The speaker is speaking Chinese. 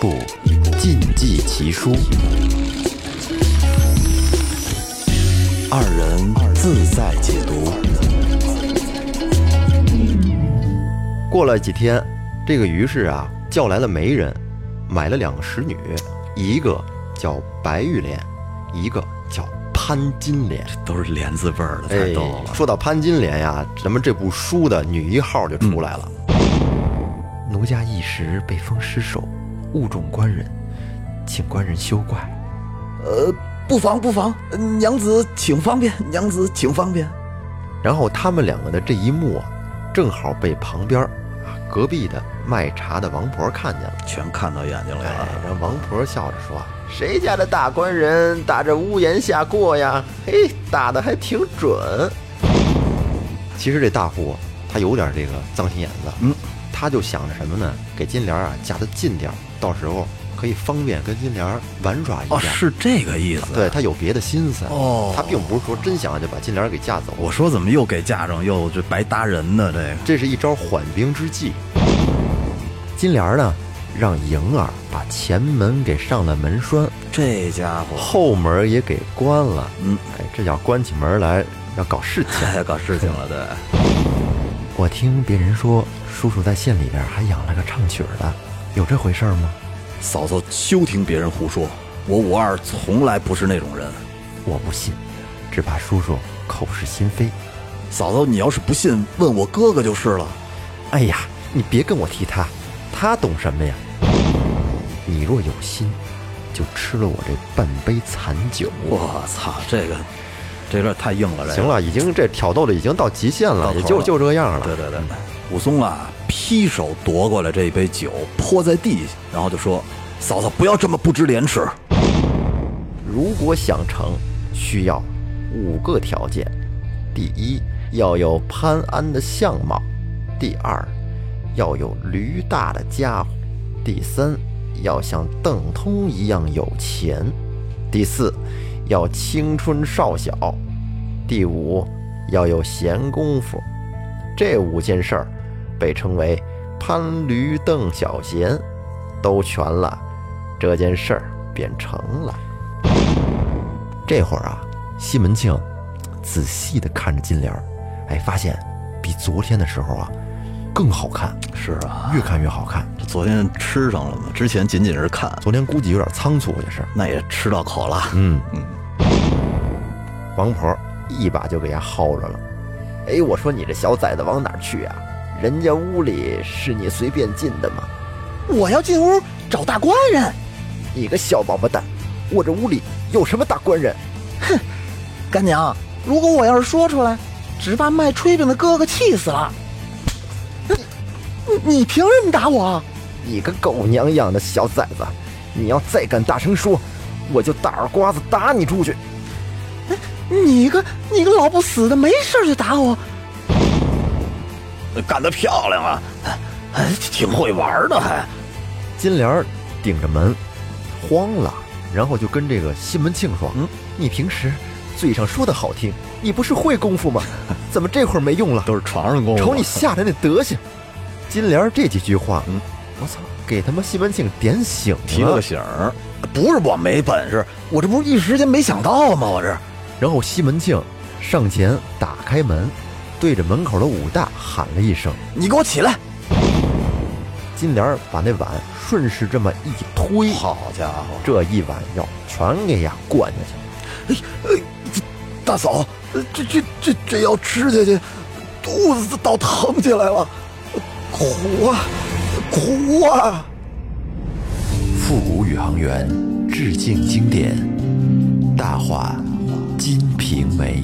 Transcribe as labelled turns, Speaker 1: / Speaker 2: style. Speaker 1: 部禁忌奇书，二人自在解读。过了几天，这个于氏啊叫来了媒人，买了两个使女，一个叫白玉莲，一个叫潘金莲。哎
Speaker 2: 都是莲字辈儿的，太逗了。
Speaker 3: 哎
Speaker 1: 说到潘金莲呀，咱们这部书的女一号就出来了。
Speaker 2: 嗯
Speaker 4: 奴家一时被封失守，误中官人，请官人休怪。
Speaker 3: 呃，不妨不妨，呃娘子请方便，娘子请方便。
Speaker 1: 然后他们两个的这一幕啊，正好被旁边儿啊隔壁的卖茶的王婆看见了。
Speaker 2: 全看到眼睛里
Speaker 1: 哎
Speaker 2: 了，，
Speaker 1: 然后王婆笑着说：“谁家的大官人打这屋檐下过呀？嘿，打的还挺准。”其实这大户他有点这个脏心眼子，
Speaker 2: 嗯，
Speaker 1: 他就想着什么呢？给金莲儿啊嫁得近点儿，到时候可以方便跟金莲儿玩耍一下。
Speaker 2: 哦，是这个意思。啊
Speaker 1: 对，他有别的心思。
Speaker 2: 哦
Speaker 1: 他并不是说真想就把金莲儿给嫁走。
Speaker 2: 我说怎么又给嫁妆又这白搭人呢？这个
Speaker 1: 这是一招缓兵之计。金莲儿呢，让莹儿把前门给上了门栓，
Speaker 2: 这家伙
Speaker 1: 后门也给关了。
Speaker 2: 嗯，
Speaker 1: 哎，这叫关起门来要搞事情。
Speaker 2: 太搞事情了，对，
Speaker 4: 我听别人说，叔叔在县里边还养了个唱曲儿的，有这回事儿吗？
Speaker 2: 嫂嫂休听别人胡说，我五二从来不是那种人。
Speaker 4: 我不信，只怕叔叔口是心非。
Speaker 2: 嫂嫂，你要是不信，问我哥哥就是了。
Speaker 4: 哎呀，你别跟我提他，他懂什么呀？
Speaker 1: 你若有心，就吃了我这半杯残酒。
Speaker 2: 我操，这个这有点太硬了，这个
Speaker 1: 行，了，已经这挑逗的已经到极限
Speaker 2: 到
Speaker 1: 了，
Speaker 2: 头
Speaker 1: 也就
Speaker 2: 了
Speaker 1: 就这样了。
Speaker 2: 对对对，嗯武松啊，劈手夺过来这一杯酒，泼在地，然后就说：“嫂嫂，不要这么不知廉耻。
Speaker 1: 如果想成，需要五个条件：第一，要有潘安的相貌；第二，要有驴大的家伙；第三，要像邓通一样有钱；第四，要青春少小；第五，要有闲工夫。这五件事儿被称为潘驴邓小闲，都全了，这件事儿便成了。
Speaker 4: 这会儿啊，西门庆仔细的看着金莲儿，哎，发现比昨天的时候啊更好看，”
Speaker 2: 是啊，
Speaker 4: 越看越好看。
Speaker 2: 这昨天吃上了嘛，之前仅仅是看，
Speaker 4: 昨天估计有点仓促，也是。
Speaker 2: 那也吃到口了。
Speaker 4: 嗯，
Speaker 1: 王婆一把就给他薅着了。哎，我说你这小崽子往哪儿去啊？人家屋里是你随便进的吗？
Speaker 3: 我要进屋找大官人，
Speaker 1: 你个小王八蛋！我这屋里有什么大官人？
Speaker 3: 干娘，如果我要是说出来，只把卖炊饼的哥哥气死了。你你凭什么打我？
Speaker 1: 你个狗娘养的小崽子！你要再敢大声说，我就大耳刮子打你出去！
Speaker 3: 你个你个老不死的，没事儿就打我，
Speaker 2: 干得漂亮啊，还挺会玩的，还
Speaker 1: 金莲儿顶着门，慌了，然后就跟这个西门庆说：“嗯，你平时嘴上说的好听，你不是会功夫 吗？怎么这会儿没用了？”
Speaker 2: 都是床上功夫。
Speaker 1: 瞅你吓的那德行！金莲儿这几句话，
Speaker 2: 嗯
Speaker 1: 我操，给他妈西门庆点醒
Speaker 2: 提了
Speaker 1: 了
Speaker 2: 个。醒儿，不是我没本事，我这不是一时间没想到吗？我这
Speaker 1: 然后西门庆上前打开门，对着门口的武大喊了一声。
Speaker 2: 你给我起来！
Speaker 1: 金莲儿把那碗顺势这么一推，
Speaker 2: 好家伙，
Speaker 1: 这一碗药全给呀灌下去了。
Speaker 2: 大嫂，呃这这这这要吃下去，肚子倒疼起来了，苦啊，苦啊！
Speaker 4: 复古宇航员致敬经典，大话《金瓶梅》。